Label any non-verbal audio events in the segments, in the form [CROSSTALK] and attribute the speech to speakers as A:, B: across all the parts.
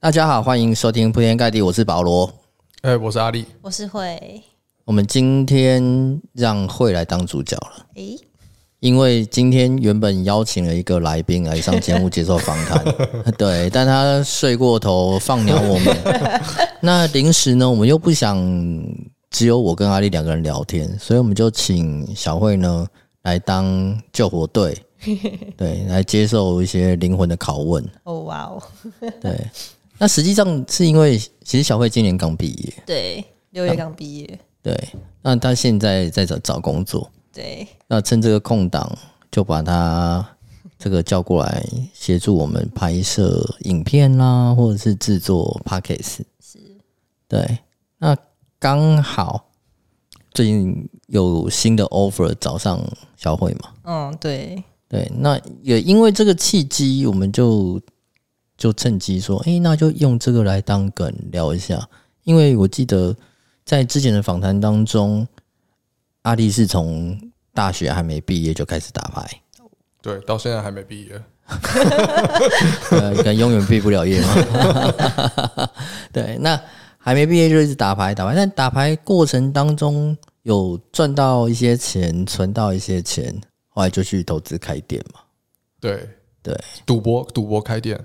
A: 大家好，欢迎收听铺天盖地，我是保罗。
B: 哎、我是阿力。
C: 我是会，
A: 我们今天让慧来当主角了，
C: 诶、
A: 因为今天原本邀请了一个来宾来上节目接受访谈，对，但他睡过头放鸟我们。那临时呢，我们又不想只有我跟阿力两个人聊天，所以我们就请小慧呢来当救火队，对，来接受一些灵魂的拷问。
C: 哦哇哦，
A: 对，那实际上是因为其实小慧今年刚毕业。
C: 对，六月刚毕业，
A: 对，那他现在在找找工作，
C: 对，
A: 那趁这个空档就把他这个叫过来协助我们拍摄影片啦，或者是制作 podcast。是，对，那刚好最近有新的 offer 找上小慧嘛？
C: 嗯，对，
A: 对，那也因为这个契机，我们就就趁机说，诶，那就用这个来当梗聊一下。因为我记得在之前的访谈当中，阿丽是从大学还没毕业就开始打牌，
B: 对，到现在还没毕业。
A: 呃，可
B: [LAUGHS]
A: 能永远毕不了业嘛。对，那还没毕业就一直打牌打牌，但打牌过程当中有赚到一些钱，存到一些钱，后来就去投资开店嘛，
B: 对
A: 对，
B: 赌博赌博开店，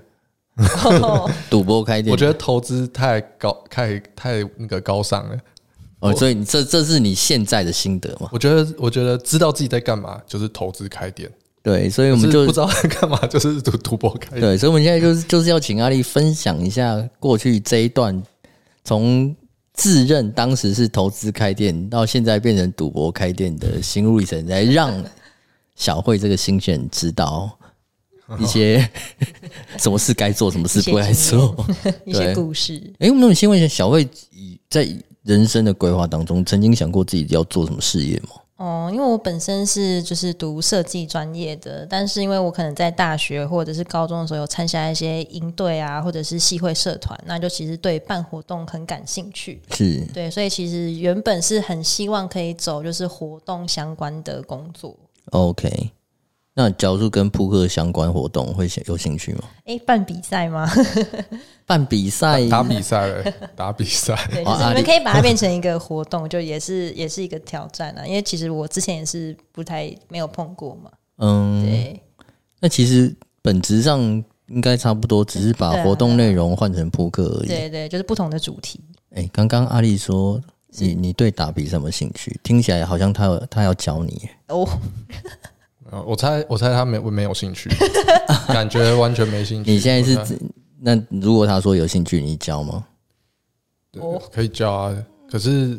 C: 哦，
A: 赌博开店。
B: 我觉得投资太高，太太那个高尚了。
A: 哦，所以你这这是你现在的心得嘛？
B: 我觉得，我觉得知道自己在干嘛就是投资开店，
A: 对，所以我们
B: 可是
A: 就
B: 不知道在干嘛 [LAUGHS] 就是赌赌博开店。
A: 对，所以我们现在就是就是要请阿丽分享一下过去这一段，从自认当时是投资开店，到现在变成赌博开店的心路历程，来让小慧这个新鲜人知 [LAUGHS] 道一些 [LAUGHS] 什么事该做，什么事不该做。
C: 一些
A: 对
C: 故事，
A: 哎、我们先问一下，小慧以在人生的规划当中，曾经想过自己要做什么事业吗？
C: 哦、因为我本身是就是读设计专业的，但是因为我可能在大学或者是高中的时候有参加一些营队啊，或者是系会社团，那就其实对办活动很感兴趣。
A: 是
C: 对，所以其实原本是很希望可以走就是活动相关的工作。
A: OK，那假如说跟扑克相关活动会有兴趣吗？
C: 诶、办比赛吗？
A: 办比赛
B: 打比赛 [LAUGHS] 嘞，打比赛。
C: 对，
A: 哦
C: 就是
A: 啊
C: 你
A: 你
C: 们可以
A: [LAUGHS]
C: 把它变成一个活动，就也是也是一个挑战啊。因为其实我之前也是不太没有碰过嘛，
A: 嗯，
C: 对，
A: 那其实本质上应该差不多，只是把
C: 对啊
A: 活动内容换成扑克而已。
C: 对啊对，就是不同的主题。
A: 哎、刚刚阿丽说你你对打比什么兴趣？听起来好像他有他要教你耶。
C: 哦，
B: 呃我猜，我猜他没没有 [LAUGHS] 兴趣，感觉完全没兴趣。
A: 你现在是
B: 我猜
A: 指那如果他说有兴趣，你教吗？
B: 对
C: 哦
B: 可以教啊，可是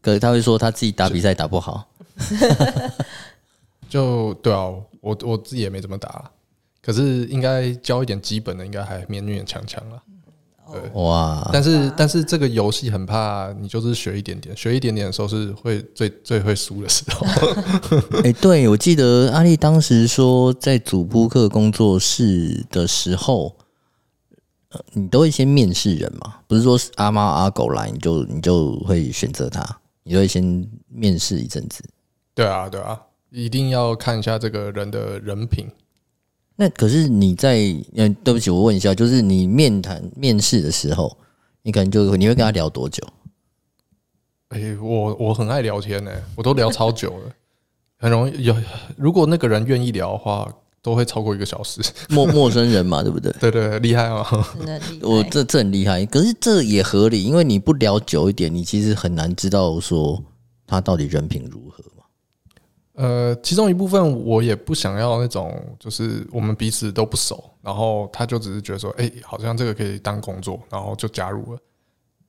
A: 可是他会说他自己打比赛打不好，
B: 就对啊，我我自己也没怎么打，可是应该教一点基本的，应该还勉勉强强了。
A: 哇！
B: 但是但是这个游戏很怕你就是学一点点，学一点点的时候是会最最会输的时候。
A: 哎、对，我记得阿丽当时说，在主播课工作室的时候，呃，你都会先面试人嘛，不是说是阿猫阿狗来你就你就会选择他，你就会先面试一阵子。
B: 对啊，对啊，一定要看一下这个人的人品。
A: 那可是你在，嗯、对不起，我问一下，就是你面谈面试的时候，你可能就你会跟他聊多久？
B: 哎、我我很爱聊天呢、我都聊超久了，很容易有。如果那个人愿意聊的话，都会超过一个小时。
A: 陌陌生人嘛，对不对？
B: 对对对，厉害哦吗？
C: 真的厉害
A: 我这这很厉害，可是这也合理，因为你不聊久一点，你其实很难知道说他到底人品如何嘛。
B: 呃，其中一部分我也不想要那种，就是我们彼此都不熟，然后他就只是觉得说，哎、好像这个可以当工作，然后就加入了。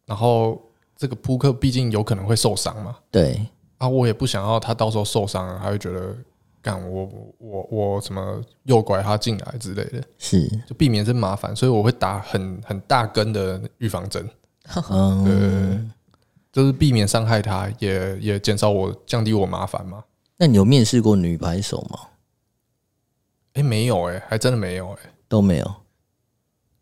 B: 然后这个扑克毕竟有可能会受伤嘛，
A: 对，
B: 啊，我也不想要他到时候受伤了，他会觉得干我我我什么诱拐他进来之类的，
A: 是。
B: [LAUGHS] 就避免这麻烦，所以我会打很很大根的预防针，
A: 嗯，
B: 就是避免伤害他，也也减少我降低我麻烦嘛。
A: 那你有面试过女排手吗？
B: 哎、没有哎、还真的没有哎、
A: 都没有。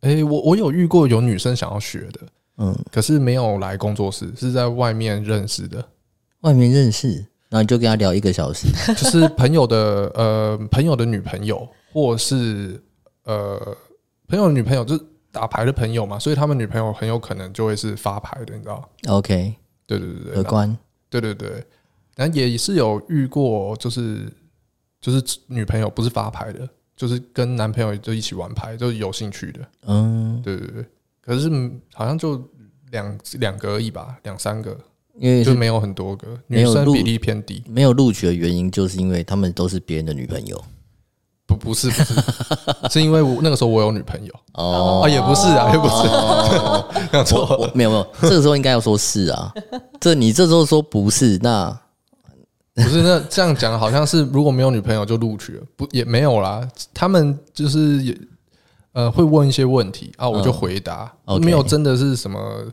B: 诶，我我有遇过有女生想要学的，
A: 嗯，
B: 可是没有来工作室，是在外面认识的，
A: 外面认识，然后你就跟他聊一个小时。
B: 就是朋友的呃朋友的女朋友，或是呃朋友的女朋友，就是打牌的朋友嘛，所以他们女朋友很有可能就会是发牌的，你知道吗？
A: OK，
B: 对对对对，
A: 荷官
B: 对对对，然后也是有遇过，就是就是女朋友不是发牌的，就是跟男朋友就一起玩牌，就是有兴趣的。
A: 嗯，
B: 对对对，可是嗯好像就两两个而已吧，两三个，
A: 因为
B: 就是没有很多个，
A: 没
B: 女
A: 有
B: 生
A: 录
B: 比例偏低。
A: 没有录取的原因，就是因为他们都是别人的女朋友
B: 不不是
A: [LAUGHS]
B: 不是，是因为我那个时候我有女朋友
A: 哦。
B: 啊，也不是啊，也不是，
A: 哦，
B: [LAUGHS] 讲错
A: 我
B: 了。
A: 我没有没有，这个时候应该要说是啊，这你这时候说不是，那
B: 不是那这样讲，好像是如果没有女朋友就录取了，不也没有啦。他们就是也呃会问一些问题啊，我就回答，
A: 嗯 OK
B: 没有真的是什么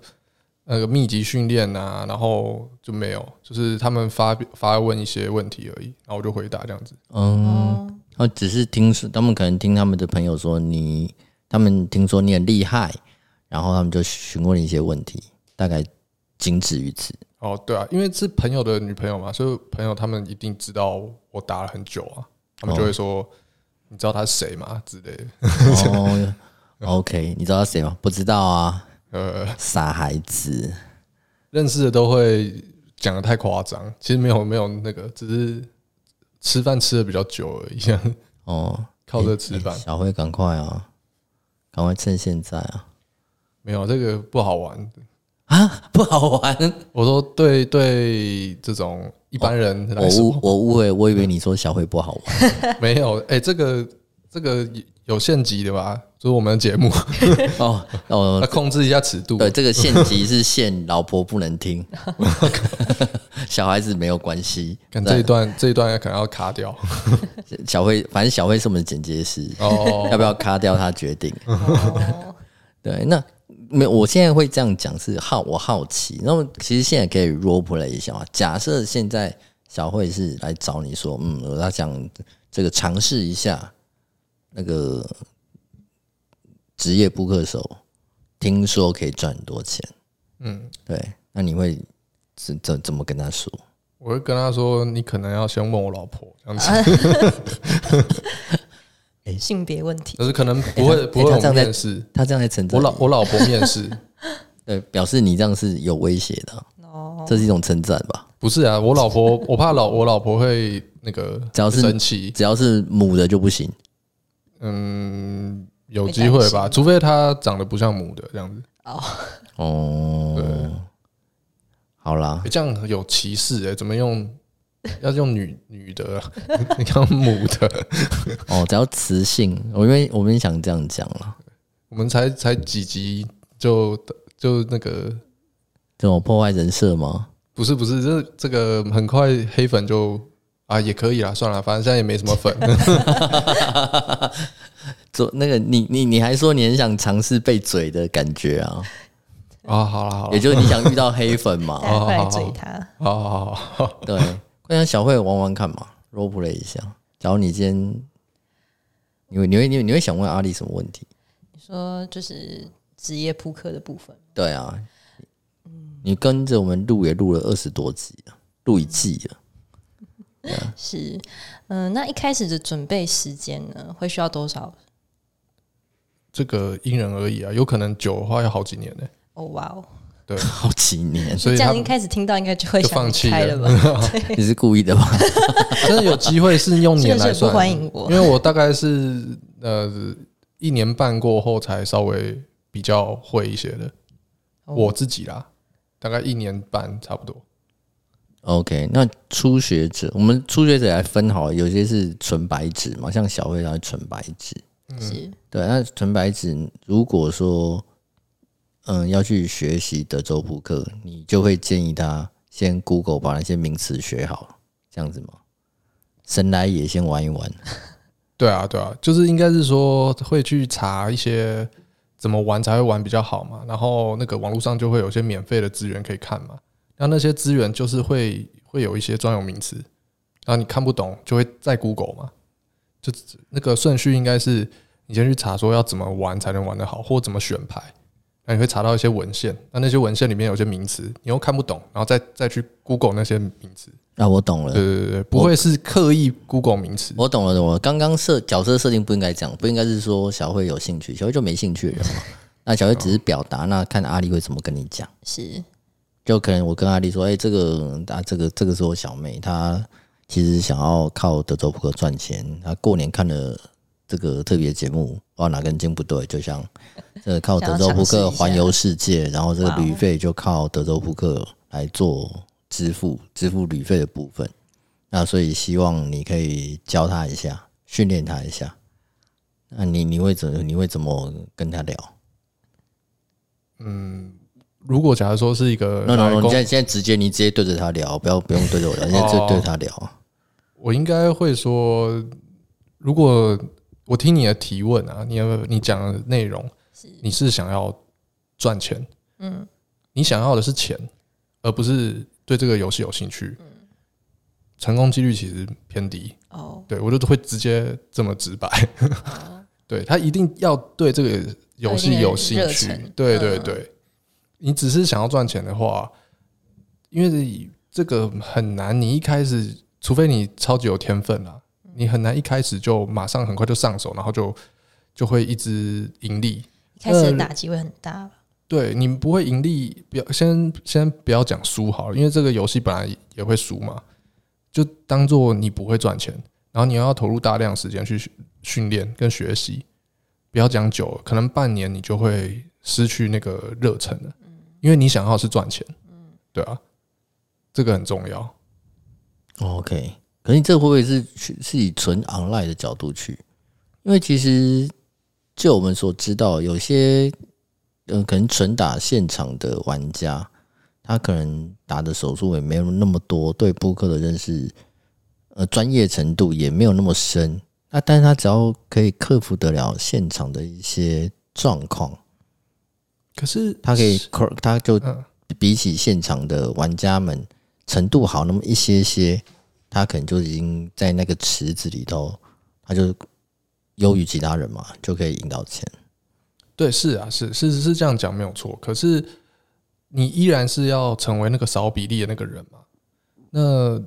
B: 呃密集训练啊，然后就没有，就是他们发发问一些问题而已，然后我就回答这样子。
A: 嗯，
C: 哦
A: 他只是听说他们可能听他们的朋友说你，他们听说你很厉害，然后他们就询问一些问题，大概仅止于此。
B: 哦，对啊，因为是朋友的女朋友嘛，所以朋友他们一定知道我打了很久啊，他们就会说、你知道他是谁吗之类的。
A: [LAUGHS] 哦，OK，你知道谁吗？不知道啊，
B: 呃，
A: 傻孩子。
B: 认识的都会讲的太夸张，其实没有没有那个，只是吃饭吃的比较久而已，
A: 哦，
B: 靠着吃饭、
A: 欸小辉，赶快啊，赶快趁现在啊！
B: 没有这个不好玩。
A: 啊，不好玩，
B: 我说对对，这种一般人
A: 我
B: 来
A: 误
B: 说、
A: 哦我误会，我以为你说小辉不好玩。
B: [LAUGHS] 没有，哎、这个这个有限级的吧？就是我们的节目
A: 哦哦
B: 要， [LAUGHS] 控制一下尺度。
A: 对，这个限级是限老婆不能
B: [LAUGHS]
A: 听，小孩子没有关系。
B: 看这一段这一段可能要卡掉
A: 小慧，反正小慧是我们的剪接师，
B: 哦
A: 要不要卡掉他决定。 [LAUGHS]
C: 哦，
A: 对，那没有，我现在会这样讲是好，我好奇。那么其实现在可以 role play 一下嘛？假设现在小慧是来找你说，嗯，我要想这个尝试一下那个职业扑克手，听说可以赚很多钱。
B: 嗯，
A: 对，那你会怎怎怎么跟他说？
B: 我会跟他说，你可能要先问我老婆这样子，
A: 啊哎
C: 性别问题，
B: 但 [LAUGHS] 是可能不会、
A: 欸他
B: 不会
A: 欸他
B: 我
A: 这样
B: 们
A: 在
B: 面试，
A: 他这样在成长
B: 我
A: 你，
B: 老我老婆面
A: [LAUGHS]
B: 试。
A: 对表示你这样是有威胁的啊，
C: 哦，
A: 这是一种称赞吧？
B: 不是啊，我老婆，我怕老我老婆会那个
A: 只要是
B: 生气，
A: 只要是母的就不行。
B: 嗯，有机会
C: 会担
B: 吧，
C: 心
B: 除非她长得不像母的这样子，
A: 哦，好啦
B: 诶，这样有歧视哎、怎
A: [LAUGHS]
B: 么用？要用女女的啊， [LAUGHS] 你看母的，
A: 哦，只要雌性，我因为我们想这样讲啦，
B: 我们才才几集就就那个
A: 这种破坏人设吗？
B: 不是不是，这这个很快黑粉就啊也可以啦，算了，反正现在也没什么
A: [LAUGHS]
B: 粉，
A: 做那个你你你还说你很想尝试被嘴的感觉啊，
B: 啊，好了好
A: 也
B: 了，
A: 就是你想遇到黑粉嘛
C: 大？ [LAUGHS] 家快来
B: 哦
C: 追他，
B: 好好好好好，
A: 对，快让小慧玩玩看嘛，role play 一下。假如你今天，你会你会你会你会想问阿丽什么问题？
C: 你说就是职业扑克的部分，
A: 对啊，你跟着我们录也录了二十多集了，录一季了。
C: 是，嗯、那一开始的准备时间呢，会需要多少？
B: 这个因人而异啊，有可能久的话要好几年呢、
C: 哦，哇哦，
A: 好几
B: [LAUGHS]
A: 年，
B: 所以
C: 这
B: 他
C: 样一开始听到应该就会
B: 就
C: 想
B: 放
C: 离
B: 弃
C: 开
B: 了
C: 了吧？
A: 你是故意的吧？
B: [LAUGHS] 真的有机会是用
C: 真
B: 年
C: 的
B: 来
C: 是
B: 算的，
C: 不欢迎我
B: 因为我大概是呃一年半过后才稍微比较会一些的，
C: 哦
B: 我自己啦，大概一年半差不多。
A: OK，那初学者，我们初学者来分好，有些是纯白纸嘛，像小慧她是纯白纸，
B: 嗯
C: 是
A: 对，那纯白纸如果说嗯要去学习德州扑克，你就会建议他先 Google 把那些名词学好，这样子吗？神来也先玩一玩，
B: 对啊，对啊，就是应该是说会去查一些怎么玩才会玩比较好嘛，然后那个网络上就会有一些免费的资源可以看嘛，那那些资源就是会会有一些专有名词，然后你看不懂就会再 Google 嘛，就那个顺序应该是你先去查说要怎么玩才能玩得好，或怎么选牌，那你会查到一些文献，那那些文献里面有些名词你又看不懂，然后再再去 Google 那些名词，
A: 那、啊我懂了
B: 对。对对对，不会是刻意 Google 名词，
A: 我懂了，懂了。刚刚设角色设定不应该这样，不应该是说小慧有兴趣，小慧就没兴趣了嘛。那小月只是表达，那看阿丽会怎么跟你讲。
C: 是
A: 就可能我跟阿丽说，哎、这个啊，这个这个是我小妹，她其实想要靠德州扑克赚钱。她过年看了这个特别节目，不知道哪根筋不对，就想这个靠德州扑克环游世界，然后这个旅费就靠德州扑克来做支付，支付旅费的部分。那所以希望你可以教她一下，训练她一下。那你你会怎你会怎么跟她聊
B: 如果假如说是一个
A: ？No No
B: 来
A: No，你
B: 公
A: 现在现在直接你直接对着她聊，不要不用对着我聊，你现在就对她聊。
B: 我应该会说，如果我听你的提问啊，你的你讲的内容，你是想要赚钱，嗯，你想要的是钱，而不是对这个游戏有兴趣，成功几率其实偏低。
C: 哦，
B: 对我就会直接这么直白， [LAUGHS] 对他一定要对这个游戏有兴
C: 有一定
B: 趣
C: 的热忱，
B: 对
C: 嗯
B: 对对，你只是想要赚钱的话，因为这个很难，你一开始除非你超级有天分啦，你很难一开始就马上很快就上手，然后就就会一直盈利。
C: 一开
A: 呃
C: 始的打击会很大吧？
B: 对，你不会盈利，不要先先不要讲输好了，因为这个游戏本来也会输嘛，就当做你不会赚钱，然后你又要投入大量时间去训训练跟学习，不要讲久了，可能半年你就会失去那个热忱了，因为你想要的是赚钱，对啊，这个很重要，
A: 哦 OK，可是你这会不会是去是以纯 online 的角度去？因为其实就我们所知道，有些嗯、呃可能纯打现场的玩家，他可能打的手速也没有那么多，对扑克的认识，呃，专业程度也没有那么深。那但是他只要可以克服得了现场的一些状况，
B: 可是
A: 他可以，他就
B: 嗯
A: 比起现场的玩家们程度好那么一些些，他可能就已经在那个池子里头，他就优于其他人嘛，就可以赢到钱。
B: 对，是啊，是是是这样讲没有错。可是你依然是要成为那个少比例的那个人嘛？那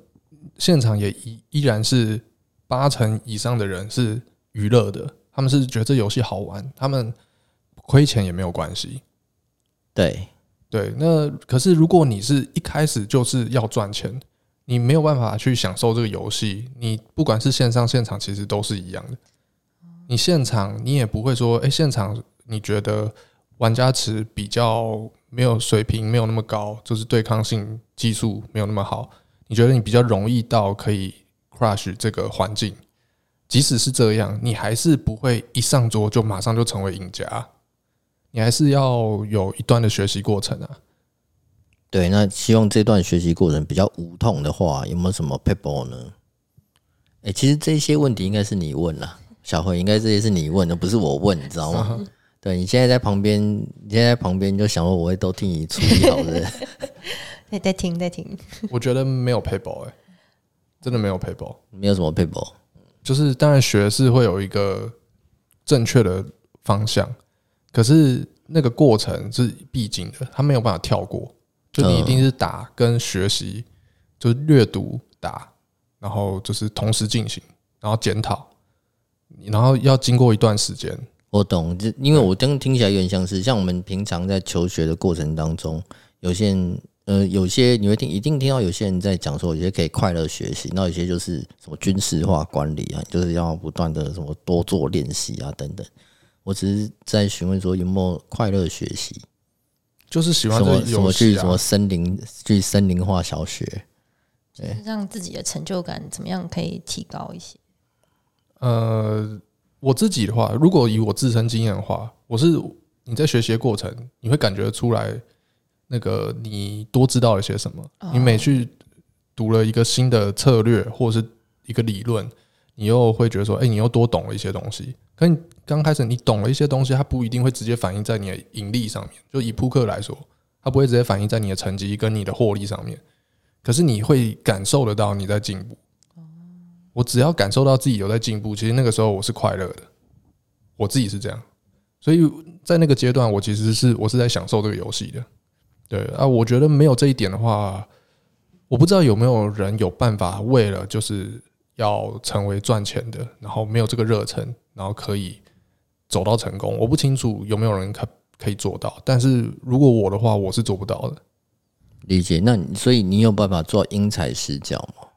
B: 现场也依依然是八成以上的人是娱乐的，他们是觉得这游戏好玩，他们亏钱也没有关系。
A: 对，
B: 对，那可是如果你是一开始就是要赚钱，你没有办法去享受这个游戏，你不管是线上现场，其实都是一样的。你现场你也不会说，哎、现场你觉得玩家池比较没有水平，没有那么高，就是对抗性技术没有那么好，你觉得你比较容易到可以 crush 这个环境。即使是这样，你还是不会一上桌就马上就成为赢家。你还是要有一段的学习过程啊。
A: 对，那希望这段学习过程比较无痛的话，有没有什么 paper 呢？哎、其实这些问题应该是你问啦，小慧，应该这些是你问的，不是我问，你知道吗？对你现在在旁边，你现在在旁边就想说我会都替你处理好的，
C: 对，在听，在听，
B: 我觉得没有 paper 哎、真的没有 paper。
A: 没有什么 paper。
B: 就是当然学是会有一个正确的方向，可是那个过程是必经的，他没有办法跳过。就你一定是打跟学习，就是阅读打，然后就是同时进行，然后检讨，然后要经过一段时间。
A: 我懂，就因为我刚听起来有点像是，像我们平常在求学的过程当中，有些人呃，有些你会听，一定听到有些人在讲说，有些可以快乐学习，那有些就是什么军事化管理啊，就是要不断的什么多做练习啊等等。我只是在询问说有没有快乐学习，
B: 就是喜
A: 什
B: 欢这个
A: 么什
B: 游
A: 么
B: 戏
A: 去
B: 啊
A: 什么森林去森林化小学，
C: 就是让自己的成就感怎么样可以提高一些？
B: 呃，我自己的话，如果以我自身经验的话，我是你在学习的过程，你会感觉出来那个你多知道了些什么。你每去读了一个新的策略或者是一个理论，你又会觉得说，哎、你又多懂了一些东西。可你刚开始你懂了一些东西，它不一定会直接反映在你的盈利上面。就以扑克来说，它不会直接反映在你的成绩跟你的获利上面。可是你会感受得到你在进步。我只要感受到自己有在进步，其实那个时候我是快乐的，我自己是这样，所以在那个阶段，我其实是我是在享受这个游戏的。对啊，我觉得没有这一点的话，我不知道有没有人有办法为了就是要成为赚钱的，然后没有这个热忱，然后可以走到成功。我不清楚有没有人可可以做到，但是如果我的话，我是做不到的。
A: 理解。那你所以你有办法做因材施教吗？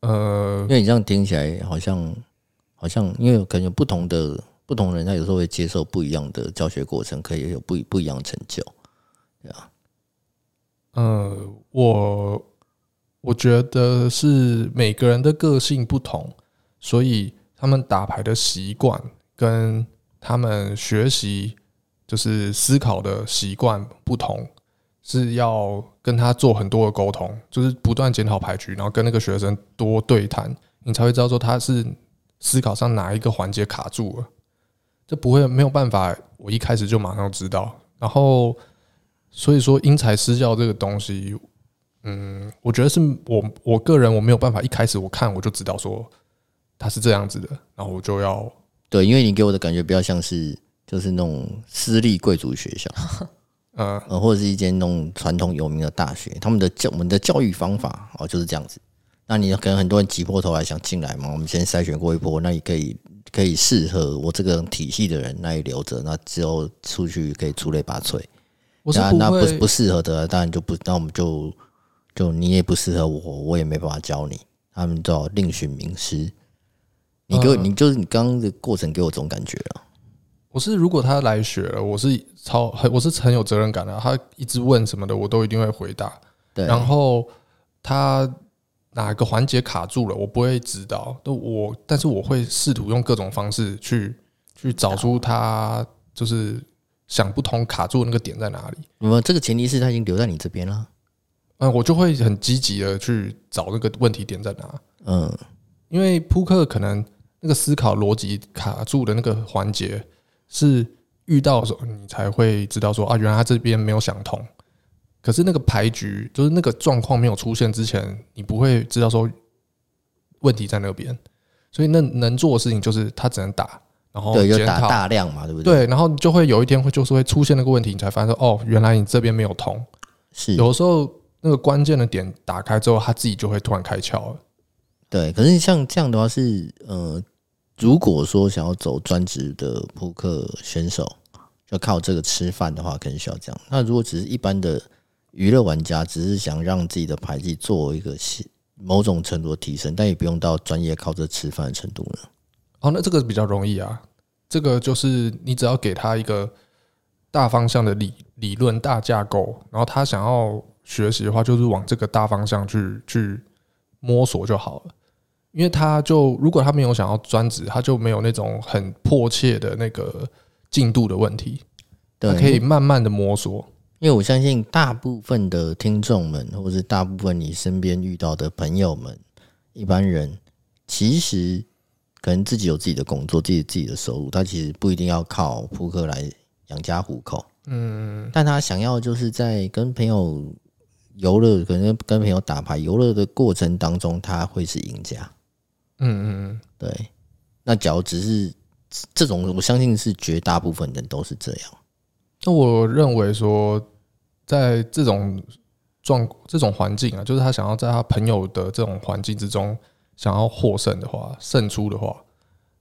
B: 呃
A: 因，为你这样听起来好像好像，因为可能有不同的不同人，他有时候会接受不一样的教学过程，可以有不一不一样的成就。
B: 呃，我我觉得是每个人的个性不同，所以他们打牌的习惯跟他们学习就是思考的习惯不同，是要跟他做很多的沟通，就是不断检讨牌局，然后跟那个学生多对谈，你才会知道说他是思考上哪一个环节卡住了。这不会没有办法，我一开始就马上知道。然后所以说因材施教这个东西，嗯，我觉得是我我个人我没有办法一开始我看我就知道说他是这样子的，然后我就要
A: 对，因为你给我的感觉比较像是就是那种私立贵族学校，
B: 呃
A: 呃，或者是一间那种传统有名的大学，他们的教我们的教育方法哦就是这样子。那你可能很多人挤破头来想进来嘛，我们先筛选过一波，那你可以可以适合我这个体系的人，那你留着，那之后出去可以出类拔萃。
B: 我是
A: 那
B: 不
A: 啊那
B: 会
A: 不不适合的，当然就不，那我们就就你也不适合我，我也没办法教你，他们都要另寻名师。你给我，
B: 嗯
A: 你就是你刚刚的过程给我这种感觉啊，
B: 我是如果他来学了，我是超很我是很有责任感的。他一直问什么的，我都一定会回答。
A: 对，
B: 然后他哪个环节卡住了，我不会知道。都我，但是我会试图用各种方式去去找出他就是想不通卡住的那个点在哪里。
A: 那么这个前提是他已经留在你这边了，
B: 嗯，我就会很积极的去找那个问题点在哪，
A: 嗯，
B: 因为扑克可能那个思考逻辑卡住的那个环节是遇到的时候你才会知道说啊，原来他这边没有想通。可是那个牌局就是那个状况没有出现之前，你不会知道说问题在那边，所以那能做的事情就是他只能打，然后
A: 对，就
B: 哦检
A: 打
B: 讨
A: 大量嘛，对不？
B: 对，然后你就会有一天会就是会出现那个问题，你才发现说哦，原来你这边没有通。
A: 是，
B: 有的时候那个关键的点打开之后，他自己就会突然开窍了。
A: 对。可是像这样的话是，呃，如果说想要走专职的扑克选手，就靠这个吃饭的话，可能需要这样。那如果只是一般的娱乐玩家，只是想让自己的牌技做一个是某种程度的提升，但也不用到专业靠这吃饭的程度呢。
B: 哦，那这个比较容易啊，这个就是你只要给他一个大方向的理理论大架构，然后他想要学习的话，就是往这个大方向去去摸索就好了。因为他就如果他没有想要专职，他就没有那种很迫切的那个进度的问题，他
A: 对，
B: 可以慢慢的摸索。
A: 因为我相信大部分的听众们，或是大部分你身边遇到的朋友们，一般人其实可能自己有自己的工作，自己自己的收入，他其实不一定要靠扑克来养家糊口。嗯，但他想要就是在跟朋友游乐，可能跟朋友打牌游乐的过程当中，他会是赢家。
B: 嗯嗯嗯。
A: 对，那假如只是这种，我相信是绝大部分人都是这样。
B: 那我认为说，在这种状这种环境啊，就是他想要在他朋友的这种环境之中，想要获胜的话，胜出的话，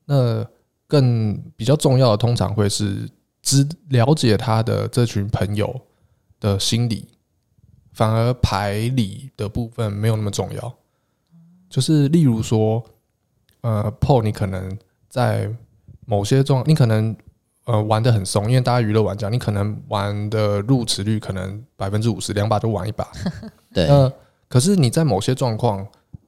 B: 那更比较重要的，通常会是知了解他的这群朋友的心理，反而牌理的部分没有那么重要。就是例如说，呃，PO 你可能在某些状，你可能呃玩的很松，因为大家娱乐玩家，你可能玩的入池率可能百分之五十，两把就玩一把。
A: 对，
B: 那可是你在某些状况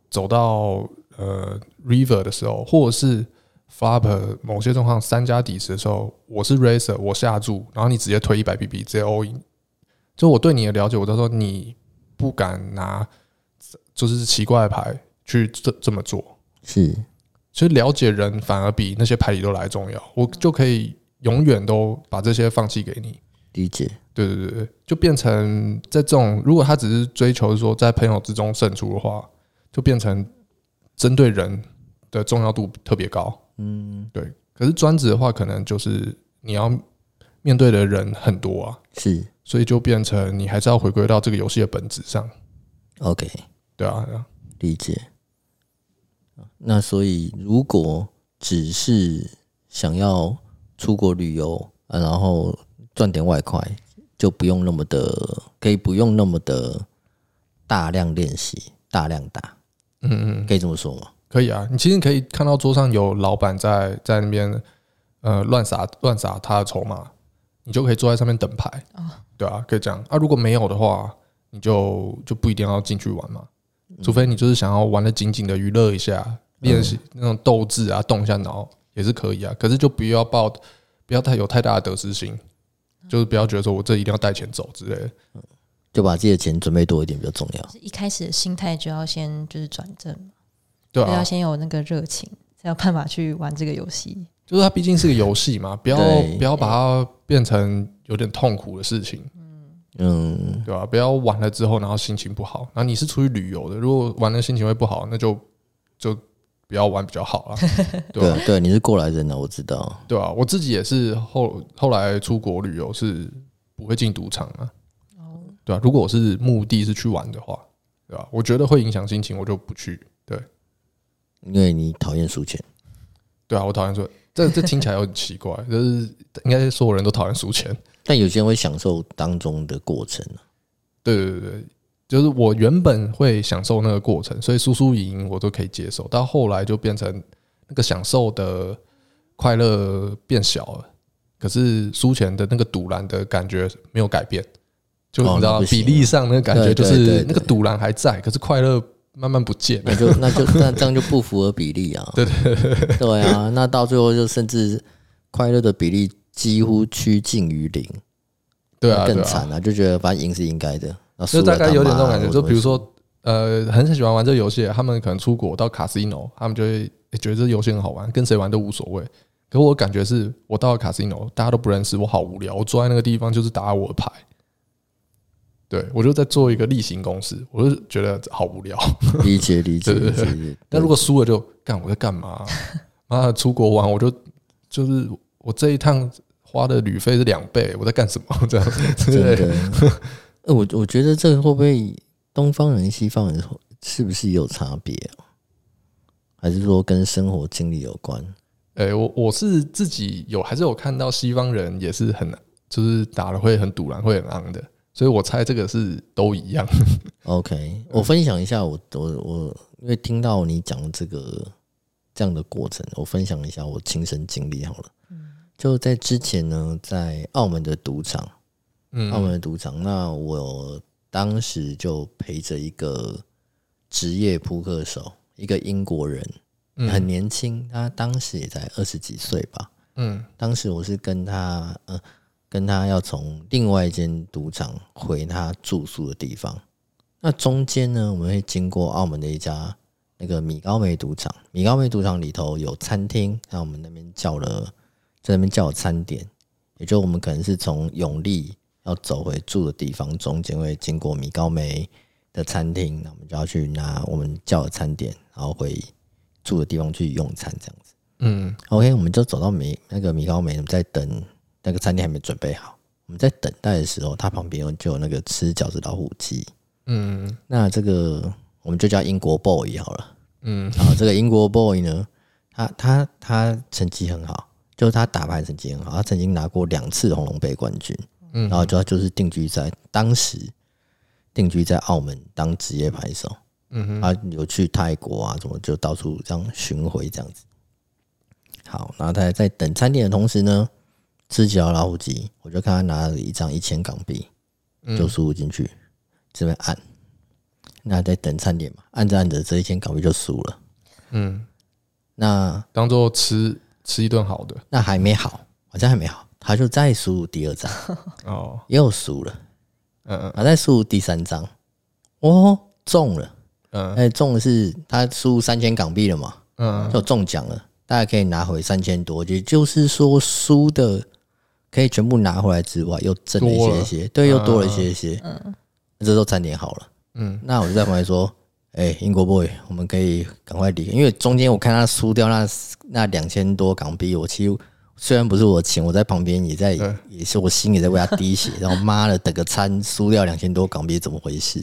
B: 走到呃 river 的时候，或者是 flop 某些状况三家底池的时候，我是 racer，我下注，然后你直接推一百 pp，直接 all in。就我对你的了解，我就说你不敢拿就是奇怪的牌去这这么做。
A: 是。
B: 其实了解人反而比那些牌理都来得重要，我就可以永远都把这些放弃给你。
A: 理解，
B: 对对对对，就变成在这种，如果他只是追求说在朋友之中胜出的话，就变成针对人的重要度特别高。嗯，对。可是专职的话，可能就是你要面对的人很多啊，
A: 是
B: 所以就变成你还是要回归到这个游戏的本质上，
A: OK，
B: 对啊。对啊
A: 理解。那所以，如果只是想要出国旅游，啊、然后赚点外快，就不用那么的，可以不用那么的大量练习、大量打，嗯嗯，可以这么说吗？
B: 可以啊，你其实可以看到桌上有老板在在那边呃乱撒乱撒他的筹码，你就可以坐在上面等牌，对啊，可以这样啊。如果没有的话，你就就不一定要进去玩嘛，除非你就是想要玩的紧紧的娱乐一下，练习那种斗志啊，动一下脑也是可以啊。可是就不要抱不要太有太大的得失心，就是不要觉得说我这一定要带钱走之类的。
A: 就把自己的钱准备多一点比较重要。
C: 一开始的心态就要先就是转正，
B: 对
C: 就要
B: 啊，
C: 先有那个热情，才有办法去玩这个游戏。
B: 就是它毕竟是个游戏嘛，不要
A: 对
B: 不要把它变成有点痛苦的事情。
A: 嗯，
B: 对吧、不要玩了之后，然后心情不好。然后你是出去旅游的，如果玩了心情会不好，那就就不要玩比较好啊，对吧、
A: 对对，你是过来人啊呢，我知道。
B: 对吧、我自己也是后后来出国旅游是不会进赌场啊，
C: 哦
B: 对吧、如果我是目的是去玩的话，对吧、我觉得会影响心情，我就不去。
A: 因为你讨厌输钱，
B: 对啊，我讨厌说这这听起来有点奇怪，就是应该所有人都讨厌输钱。
A: 但有些人会享受当中的过程啊。
B: 对对对对，就是我原本会享受那个过程，所以输输赢赢我都可以接受，到后来就变成那个享受的快乐变小了，可是输钱的那个赌篮的感觉没有改变，就
A: 哦
B: 你知
A: 那
B: 道
A: 不行
B: 比例上那个啊感觉
A: 对
B: 就
A: 对对
B: 是
A: 对
B: 那个赌篮还在，可是快乐慢慢不见了
A: 那。就那就那这样就不符合比例啊。对对啊，那到最后就甚至快乐的比例几乎趋近于零，
B: 对啊，对
A: 更
B: 啊。
A: 惨啊，就觉得反正赢是应该的，那输
B: 就
A: 了
B: 大概有点那种
A: 干
B: 感
A: 嘛
B: 觉，
A: 啊
B: 就比如，说，呃，很喜欢玩这个游戏，他们可能出国到 casino，他们就会、欸觉得这游戏很好玩，跟谁玩都无所谓。可我感觉是我到了 casino，大家都不认识，我好无聊，我坐在那个地方就是打我的牌。对，我就在做一个例行公事，我就觉得好无聊。 [LAUGHS]
A: 我怎么输理解理解
B: 对
A: 理
B: 对
A: 解
B: 对
A: 理解。
B: 但如果输了就干，我在干嘛 [LAUGHS] 啊、妈的，出国玩我就就是我这一趟花的旅费是两倍，我在干什么？ [LAUGHS] 这样之
A: 真
B: 类
A: 的， [LAUGHS] 呃我我觉得这个会不会东方人、西方人是不是也有差别啊、还是说跟生活经历有关？
B: 诶、我我是自己有还是有看到西方人也是很就是打了会很堵然，会很昂的，所以我猜这个是都一样。
A: OK，我分享一下我我我，因为听到你讲这个这样的过程，我分享一下我亲身经历好了。就在之前呢，在澳门的赌场，澳
B: 嗯
A: 门的赌场，那我当时就陪着一个职业扑克手，一个英国人，很年轻，他当时也才二十几岁吧。
B: 嗯
A: 当时我是跟他，呃，跟他要从另外一间赌场回他住宿的地方。那中间呢，我们会经过澳门的一家那个米高梅赌场。米高梅赌场里头有餐厅，那我们那边叫了，在那边叫了餐点，也就我们可能是从永利要走回住的地方，中间会经过米高梅的餐厅，那我们就要去拿我们叫的餐点，然后回住的地方去用餐这样子。
B: 嗯
A: OK，我们就走到米那个米高梅，我们在等那个餐厅还没准备好。我们在等待的时候，它旁边就有那个吃饺子老虎机。
B: 嗯
A: 那这个我们就叫英国 boy 好了。
B: 嗯
A: 好，这个英国 boy 呢，他他他成绩很好，就是他打牌成绩很好，他曾经拿过两次红龙杯冠军。
B: 嗯
A: 然后就他就是定居在当时定居在澳门当职业牌手。
B: 嗯哼
A: 他有去泰国啊，怎么就到处这样巡回这样子。好，然后他在等餐点的同时呢，吃几条老虎机，我就看他拿了一张一千港币，就输入进去，这边按，那在等餐点嘛，按着按着这一千港币就输了。
B: 嗯，
A: 那
B: 当做吃吃一顿好的
A: 那还没好，好像还没好，他就再输入第二张，
B: 哦，
A: 又输了，
B: 嗯嗯
A: 啊，再输入第三张，哦，中了，
B: 嗯
A: 哎，中的是他输三千港币了嘛，
B: 嗯，
A: 就中奖了，大家可以拿回三千多，也就是说输的可以全部拿回来之外，又挣了一些些，对，又多了一些些。嗯，这都餐点好了。
B: 嗯
A: 嗯，那我就在旁边说：“哎、英国 boy，我们可以赶快离开，因为中间我看他输掉那那两千多港币，我其实。”虽然不是我的钱，我在旁边也在，也是我心也在为他滴血。然后妈的，等个餐输掉两千多港币，怎么回事？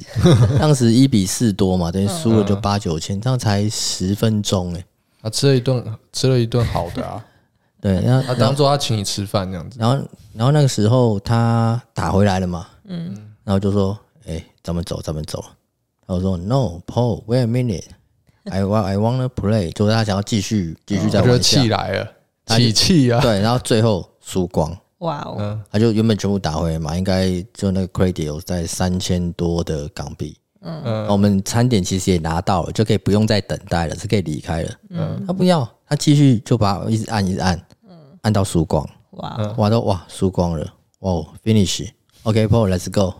A: 当时一比四多嘛，等于输了就八九千，这样才十分钟哎、
B: 啊吃了一顿吃了一顿好的啊，
A: 对，然后
B: 他当做他请你吃饭这样子，
A: 然后然后那个时候他打回来了嘛，嗯，然后就说，哎、咱们走，咱们走。然后说，No, Paul, wait a minute, I want, I wanna play，就是他想要继续继续再
B: 他就
A: 玩下
B: 气，来了，
A: 他就
B: 起气啊，
A: 对，然后最后输光。
C: 哇哦，
B: 嗯，
A: 他就原本全部打回来嘛，应该就那个 credit 有在三千多的港币。嗯，我们餐点其实也拿到了，就可以不用再等待了，是可以离开了。嗯，他不要，他继续就把我一直按一直按，按到输光，
C: 嗯哇哦，
A: 哇都哇输光了，哇哦 finish。OK，Paul，let's、go。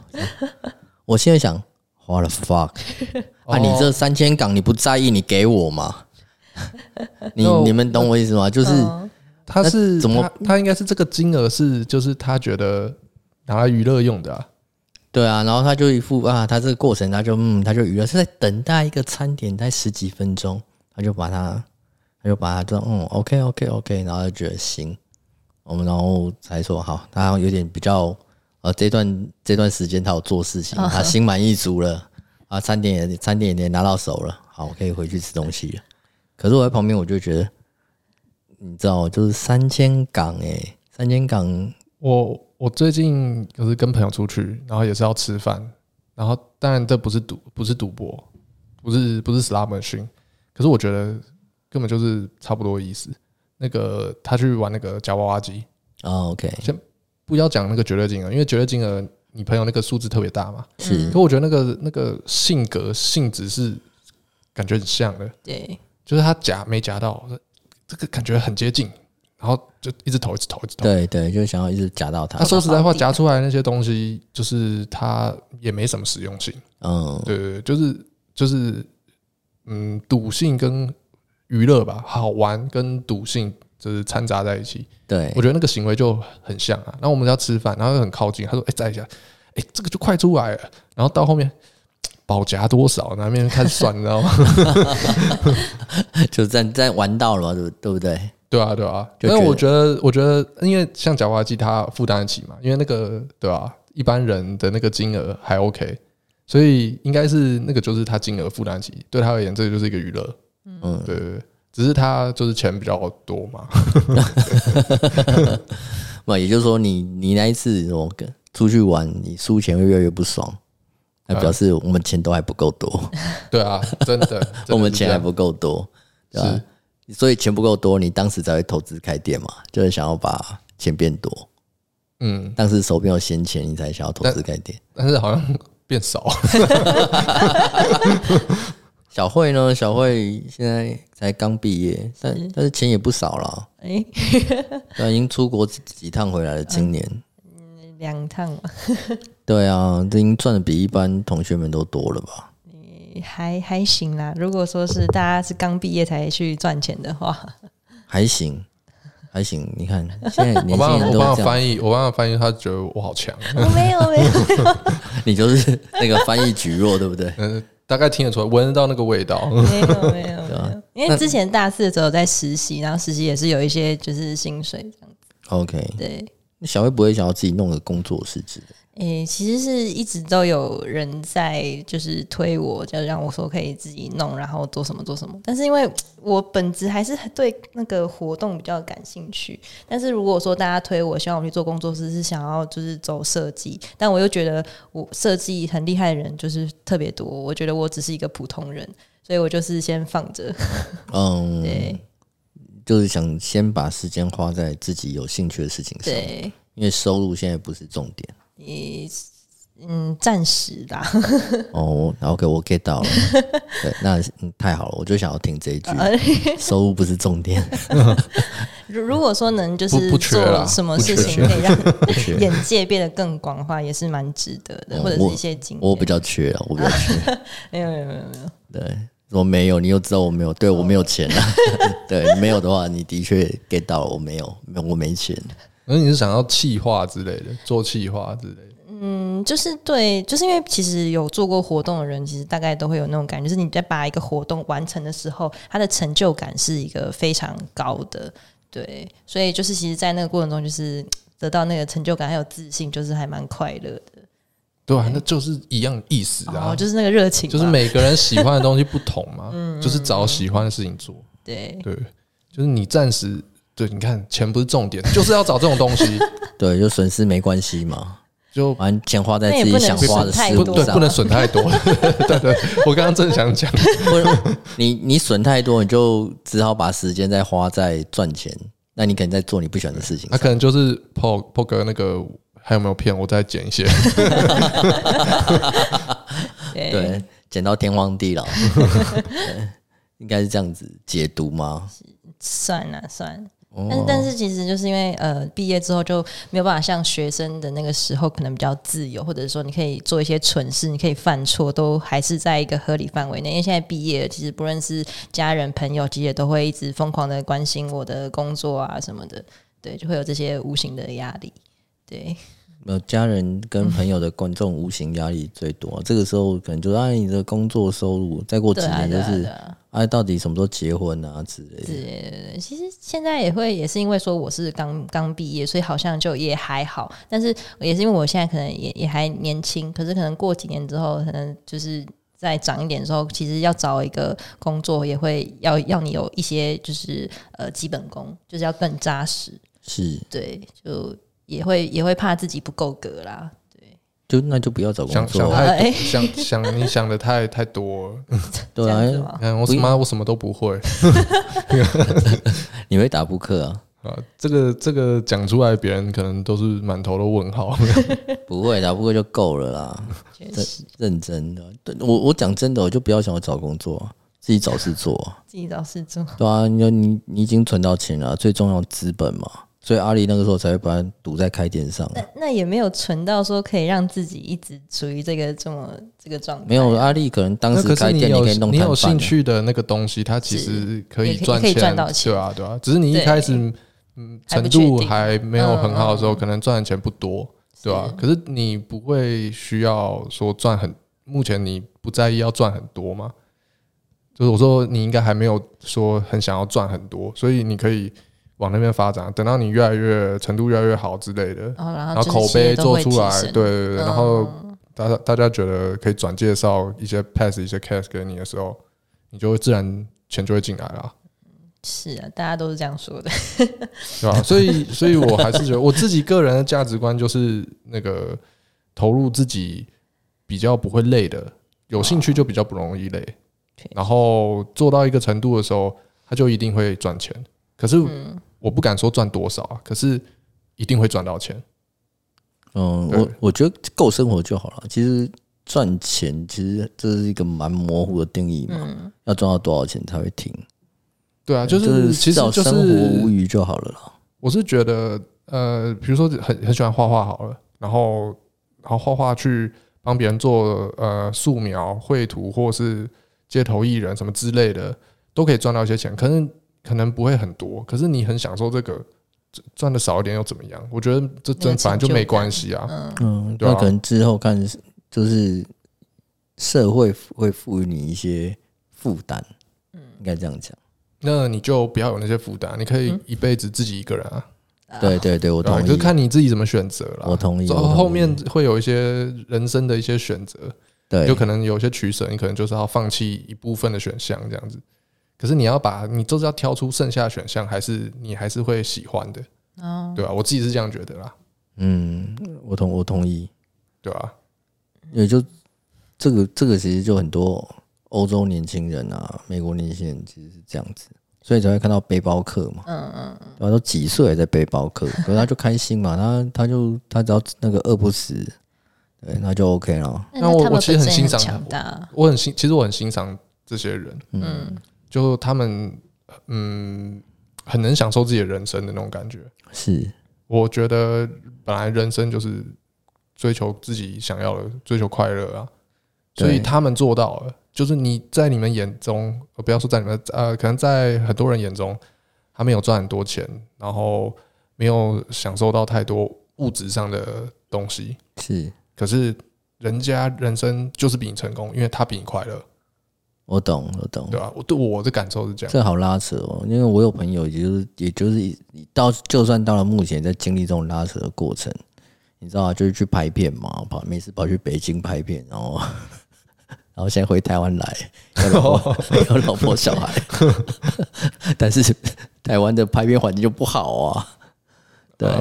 A: 我现在想，what the fuck？啊，你这三千港你不在意，你给我
C: [LAUGHS]
A: 嘛？你
B: 那我
A: 你们懂我意思吗？就是
C: 嗯
B: 他是
A: 那怎么
B: 他他应该是这个金额是就是他觉得拿来娱乐用的啊，
A: 对啊，然后他就一副啊，他这个过程他就嗯，他就娱乐是在等待一个餐点，待十几分钟，他就把它，他就把它这嗯，OK OK OK，然后就觉得行，我们然后才说好，他好像有点比较呃，这段这段时间他有做事情，他心满意足了啊，餐点也餐点也拿到手了，好，我可以回去吃东西了。可是我在旁边我就觉得，你知道，就是三千港诶、三千港
B: 我我最近就是跟朋友出去，然后也是要吃饭，然后当然这不是赌，不是赌博，不是不是 s l a m machine，可是我觉得根本就是差不多意思。那个他去玩那个夹娃娃机，
A: 哦，OK，
B: 不要讲那个绝对金额，因为绝对金额你朋友那个数字特别大嘛。
C: 嗯
A: 是
B: 可我觉得那个那个性格性质是感觉很像的，
C: 对，
B: 就是他夹没夹到，这个感觉很接近，然后就一直投一直投一直投。
A: 对对，就想要一直夹到他
B: 他。说实在话，夹出来那些东西，就是它也没什么实用性。
A: 嗯，
B: 对对对，就是就是，嗯，赌性跟娱乐吧，好玩跟赌性就是掺杂在一起。
A: 对
B: 我，觉得那个行为就很像啊。然后我们要吃饭，然后又很靠近，他说：“哎、再一下，哎、这个就快出来了。”然后到后面。保夹多少？那边开始算，你知道吗？
A: 就在在玩到了嘛，对不对不对？
B: 对啊，对啊。
A: 就
B: 但
A: 觉
B: 是
A: 得
B: 我觉得，我觉得，因为像绞娃机，它负担得起嘛，因为那个对吧、啊一般人的那个金额还 OK，所以应该是那个就是他金额负担得起，对他而言，这个就是一个娱乐。
A: 嗯，
B: 对对对，只是他就是钱比较多嘛。
A: [LAUGHS] 那也就是说你，你那一次我跟出去玩，你输钱会越来越不爽，
B: 啊
A: 那表示我们钱都还不够多，
B: 对啊，真的，真的是
A: [LAUGHS] 我们钱
B: 这
A: 还
B: 样
A: 不够啊多，对吧
B: 是？
A: 所以钱不够多，你当时才会投资开店嘛，就是想要把钱变多。
B: 嗯，
A: 当时手边有闲钱，你才想要投资开店。
B: 但是好像变少。
A: 小慧呢？小慧现在才刚毕业，但但是钱也不少啦，
C: 哎，
A: 对，已经出国几几趟回来了。今年，
C: 两趟嘛，
A: 对啊，这已经赚的比一般同学们都多了吧？
C: 还还行啦。如果说是大家是刚毕业才去赚钱的
B: [LAUGHS]
C: 话，
A: 还行，还行。你看现在
B: 我
A: 年轻
B: 帮
A: 人
B: 我
A: 都
B: 帮
A: 这
B: 他
A: 样，
B: 翻译，我帮他翻译，他觉得我好强。
C: 我哦没有没有，
A: 你就是那个翻译局弱，对不
B: [LAUGHS]
A: 对？
B: 嗯，大概听得出来，闻得到那个味道。
C: 没有没有没
B: 啊
C: 有，因为之前大四的时候有在实习，然后实习也是有一些就是薪水这样子。
A: OK，
C: 对，
A: 那小薇不会想要自己弄个工作室之类的？
C: 诶、其实是一直都有人在就是推我，就让我说可以自己弄，然后做什么做什么。但是因为我本质还是对那个活动比较感兴趣，但是如果说大家推我，希望我去做工作室，是想要就是走设计，但我又觉得我设计很厉害的人就是特别多，我觉得我只是一个普通人，所以我就是先放着。
A: 嗯，
C: 对
A: 就是想先把时间花在自己有兴趣的事情上，
C: 对，
A: 因为收入现在不是重点。
C: 嗯，暂时啦， [LAUGHS]
A: 哦然后，OK，我 get 到了。对，那、嗯太好了，我就想要听这一句，
C: 哦
A: 收入不是重点。
C: 如如果说能就是
B: 不不缺啦
C: 做什么事情
B: 不
C: 可
B: [LAUGHS]
C: 以让 [LAUGHS]
A: 缺
C: 眼界变得更广的话，也是蛮值得的，
A: 嗯
C: 或者是一些经
A: 我
C: 验
A: 比。较缺啊，我比较缺。
C: 没有没有没有没有，
A: 对，我没有，你又知道我没有，对我没有钱啊。
C: 哦
A: [LAUGHS] 对，没有的话，你的确 get 到了，我没有，没有我没钱。
B: 那嗯你是想要气化之类的，做气化之类的？
C: 嗯，就是对，就是因为其实有做过活动的人，其实大概都会有那种感觉，就是你在把一个活动完成的时候，它的成就感是一个非常高的。对，所以就是其实，在那个过程中，就是得到那个成就感还有自信，就是还蛮快乐的。
B: 对啊，那就是一样意思
C: 然后
B: 啊，
C: 哦就是嗯那个热情吧，
B: 就是每个人喜欢 [LAUGHS]
C: [LAUGHS] 嗯
B: 的东西不同嘛，就是找喜欢的事情做。
C: 对
B: 对，就是你暂时对，你看钱不是重点，就是要找这种东西，
A: 对，就损失没关系嘛，
B: 就
A: 反正钱花在自
C: 那也
A: 己
C: 不能
A: 想花的
C: 损 [LAUGHS] 太
A: 事
B: 不
A: 物
C: 多
B: 对，
A: 上
B: 不，能损太多。 [LAUGHS] 对对，我刚刚正想
C: [LAUGHS]
B: 讲，
A: 不然 [LAUGHS] 你你损太多，你就只好把时间再花在赚钱，那你可能在做你不喜欢的事情
B: 那、
A: 上。
B: 可能就是 Po Po 哥那个还有没有骗我？再剪一些。
C: 对
A: 对，捡到天荒地老， [LAUGHS] 对应该是这样子解读吗？哦
C: 算了算了。但是，但是，其实就是因为呃，毕业之后就没有办法像学生的那个时候，可能比较自由，或者说你可以做一些蠢事，你可以犯错，都还是在一个合理范围内。因为现在毕业了，其实不论是家人、朋友，其实也都会一直疯狂的关心我的工作啊什么的，对，就会有这些无形的压力。对，
A: 呃，家人跟朋友的观众无形压力最
C: [LAUGHS]
A: 多，这个时候可能就是啊，你的工作收入，再过几
C: 对啊，
A: 年就
C: 对啊，
A: 是
C: 对啊。
A: 啊，到底什么时候结婚啊之类的。
C: 对其实现在也会，也是因为说我是刚刚毕业，所以好像就也还好。但是也是因为我现在可能也也还年轻，可是可能过几年之后，可能就是再长一点之后，其实要找一个工作也会要要你有一些就是呃基本功，就是要更扎实。
A: 是，
C: 对，就也会也会怕自己不够格啦。
A: 就那就不要找工
B: 想想
A: 作啊，
B: 太 [LAUGHS]
C: 哎
B: 想想你想的太太
C: [LAUGHS]
B: 多了。
A: 对
C: 这样子
A: 啊，
C: 吗
B: 你？看我什么我什么都不会
A: 你会打扑克啊？
B: 啊！这个这个讲出来，别人可能都是满头的问号。
A: 不会打扑克就够了啦，
C: 确
A: 认
C: 实
A: 认真的。对我我讲真的，我就不要想要找工作啊，自己找事做啊。
C: 自己找事做。
A: 对啊，你就你你已经存到钱了，最重要资本嘛，所以阿里那个时候才会把它赌在开店上啊。
C: 那那也没有存到说可以让自己一直处于这个这么这个状态啊，
A: 没有阿力，可能当
B: 那
A: 时
B: 可
A: 开
B: 是
A: 店
B: 有
A: 可以弄
B: 你有
A: 摊贩
B: 兴
A: 啊，
B: 趣的那个东西，它其实可以赚
C: 也可以赚到钱
B: 对啊对啊。只是你一
C: 对
B: 开始嗯
C: 还
B: 程
C: 不确定
B: 度还没有很好的时候，可能赚的钱不多，对吧、啊？可是你不会需要说赚很，目前你不在意要赚很多吗？就是我说你应该还没有说很想要赚很多，所以你可以往那边发展。等到你越来越程度越来越好之类的，
C: 哦，然后
B: 然后
C: 就是
B: 口
C: 企业
B: 碑
C: 都
B: 做
C: 会
B: 出
C: 提
B: 来，
C: 升
B: 对对对，然后
C: 嗯
B: 大家大家觉得可以转介绍一些 pass 一些 case 给你的时候，你就会自然钱就会进来
C: [LAUGHS]
B: 了，
C: 是啊，大家都是这样说的，
B: 对吧？所以，所以我还是觉得我自己个人的价值观就是那个投入自己比较不会累的，有兴趣就比较不容易累，
C: 嗯
B: 然后做到一个程度的时候，他就一定会赚钱。可是
C: 嗯
B: 我不敢说赚多少啊，可是一定会赚到钱。
A: 嗯，
B: 对
A: 我我觉得够生活就好了。其实赚钱，其实这是一个蛮模糊的定义嘛，
C: 嗯，
A: 要赚到多少钱才会停？
B: 对啊，就是
A: 嗯是
B: 其
A: 至
B: 实
A: 少
B: 就是
A: 生活无余就好了啦。
B: 我是觉得，呃，比如说很很喜欢画画好了，然后然后画画去帮别人做呃素描、绘图或是街头艺人什么之类的，都可以赚到一些钱，可能可能不会很多，可是你很享受这个，赚赚的少一点又怎么样？我觉得这
C: 那
B: 真
C: 个
B: 反正就
C: 成就
B: 没
C: 感
B: 关系啊，
A: 嗯，
B: 对啊
A: 那可能之后看就是社会会赋予你一些负担，应该这样讲。
B: 那你就不要有那些负担，你可
C: 嗯
B: 以一辈子自己一个人啊，
A: 对对对，我
B: 对吧啊
A: 同
B: 就
A: 意。
B: 看你自己怎么选择
A: 我
B: 了。
A: 同意。
B: 之
A: 我
B: 后
A: 同
B: 后
A: 意
B: 面会有一些人生的一些选择，
A: 对，
B: 有可能有些取舍，你可能就是要放弃一部分的选项这样子。可是你要把你就是要挑出剩下的选项，还是你还是会喜欢的，
C: 哦，
B: 对吧、啊我自己是这样觉得啦，
A: 嗯，我同我同意，
B: 对啊吧、
A: 也就这个这个其实就很多欧洲年轻人啊，美国年轻人其实是这样子，所以才会看到背包客嘛，嗯嗯，对吧？都几岁还在背包客，可是他就开心嘛，他他就他只要那个饿不死，对，那就 OK 了。
B: 那我
C: 他们
B: 我其实很
C: 本身
B: 欣
C: 也
B: 赏
C: 强大，
B: 我很欣，其实我很欣赏这些人，
C: 嗯，
B: 就他们嗯很能享受自己的人生的那种感觉。
A: 是，
B: 我觉得本来人生就是追求自己想要的，追求快乐啊，
A: 对
B: 所以他们做到了。就是你在你们眼中，呃不要说在你们呃，可能在很多人眼中，呃他没有赚很多钱，然后没有享受到太多物质上的东西，
A: 是
B: 可是人家人生就是比你成功，因为他比你快乐，
A: 我懂我懂，
B: 对吧、我对我的感受是这样，
A: 这好拉扯哦，因为我有朋友，也就是也就是一到就算到了目前，在经历这种拉扯的过程， [LAUGHS] 你知道、啊，就是去拍片嘛，跑每次跑去北京拍片，然后然然后现在回台湾来，有老婆有老婆小
B: [LAUGHS]
A: 孩，但是台湾的拍片环境就不好啊。对，
B: 啊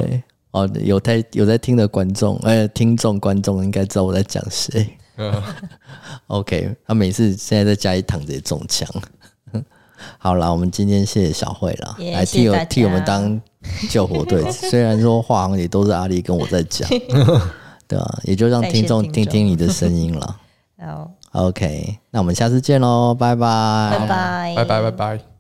A: 哦，有在有在听的观众，哎、听众观众应该知道我在讲谁。
B: 嗯
A: OK，他每次现在在家里躺着也中枪。 [LAUGHS] 好啦，我们今天谢谢小慧啦，
C: 耶
A: 来
C: 谢
A: 替
C: 谢
A: 我
C: 大家
A: 替我们当救火队。
C: [LAUGHS]
A: 虽然说话好像也都是阿丽跟我在讲，对啊，也就让
C: 感谢
A: 听众
C: 听
A: 听
C: 众
A: 听你的声音
C: [LAUGHS]
A: 了。
C: 好，
A: OK，那我们下次见喽，拜拜
C: 拜拜，
B: 拜拜拜拜。